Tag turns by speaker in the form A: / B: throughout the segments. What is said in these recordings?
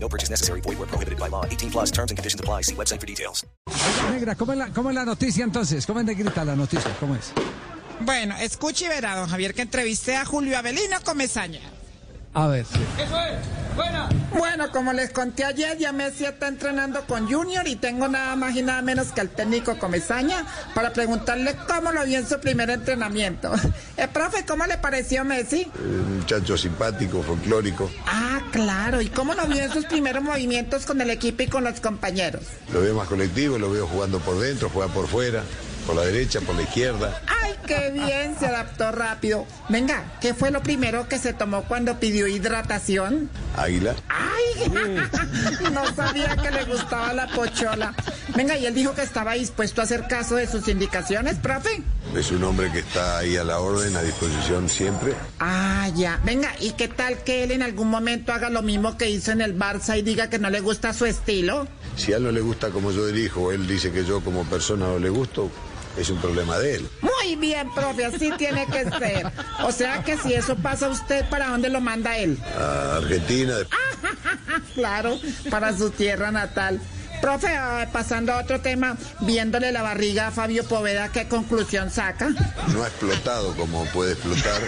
A: No purchase necessary. Void where prohibited by law. 18 plus terms and conditions apply. See website for details.
B: Negra, ¿cómo es, la, ¿cómo es la noticia entonces? ¿Cómo es negrita la noticia? ¿Cómo es?
C: Bueno, escuche y verá, don Javier, que entrevisté a Julio Avelino Comezaña.
B: A ver. sí.
C: Bueno, como les conté ayer, ya Messi está entrenando con Junior y tengo nada más y nada menos que al técnico Comezaña para preguntarle cómo lo vio en su primer entrenamiento. Eh, profe, ¿cómo le pareció Messi?
D: Un muchacho simpático, folclórico.
C: Ah, claro, ¿y cómo lo vio en sus primeros movimientos con el equipo y con los compañeros?
D: Lo veo más colectivo, lo veo jugando por dentro, juega por fuera, por la derecha, por la izquierda.
C: ¡Ay, qué bien! Se adaptó rápido. Venga, ¿qué fue lo primero que se tomó cuando pidió hidratación?
D: Águila.
C: ¡Ay! No sabía que le gustaba la pochola. Venga, y él dijo que estaba dispuesto a hacer caso de sus indicaciones, profe.
D: Es un hombre que está ahí a la orden, a disposición siempre.
C: Ah, ya. Venga, ¿y qué tal que él en algún momento haga lo mismo que hizo en el Barça y diga que no le gusta su estilo?
D: Si a él no le gusta como yo dirijo, él dice que yo como persona no le gusto, es un problema de él.
C: Muy bien, profe, así tiene que ser. O sea que si eso pasa a usted, ¿para dónde lo manda él?
D: A Argentina,
C: Claro, para su tierra natal. Profe, ah, pasando a otro tema, viéndole la barriga a Fabio Poveda, ¿qué conclusión saca?
D: no ha explotado como puede explotar.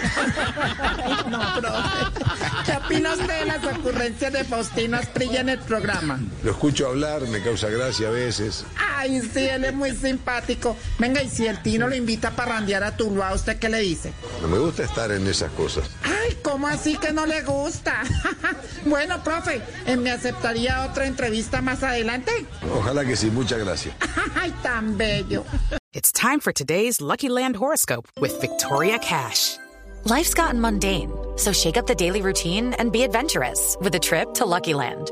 C: No, profe. ¿Qué opina usted de las ocurrencias de Faustino Astrilla en el programa?
D: Lo escucho hablar, me causa gracia a veces.
C: Ay, sí, él es muy simpático. Venga, y si el Tino lo invita a parrandear a Tuluá, ¿usted qué le dice?
D: No me gusta estar en esas cosas.
C: Ay, ¿cómo así que no le gusta? bueno, profe, ¿eh, ¿me aceptaría otra entrevista más adelante?
D: Ojalá que sí, muchas gracias.
C: Ay, tan bello.
E: It's time for today's Lucky Land horoscope with Victoria Cash.
F: Life's gotten mundane, so shake up the daily routine and be adventurous with a trip to Lucky Land.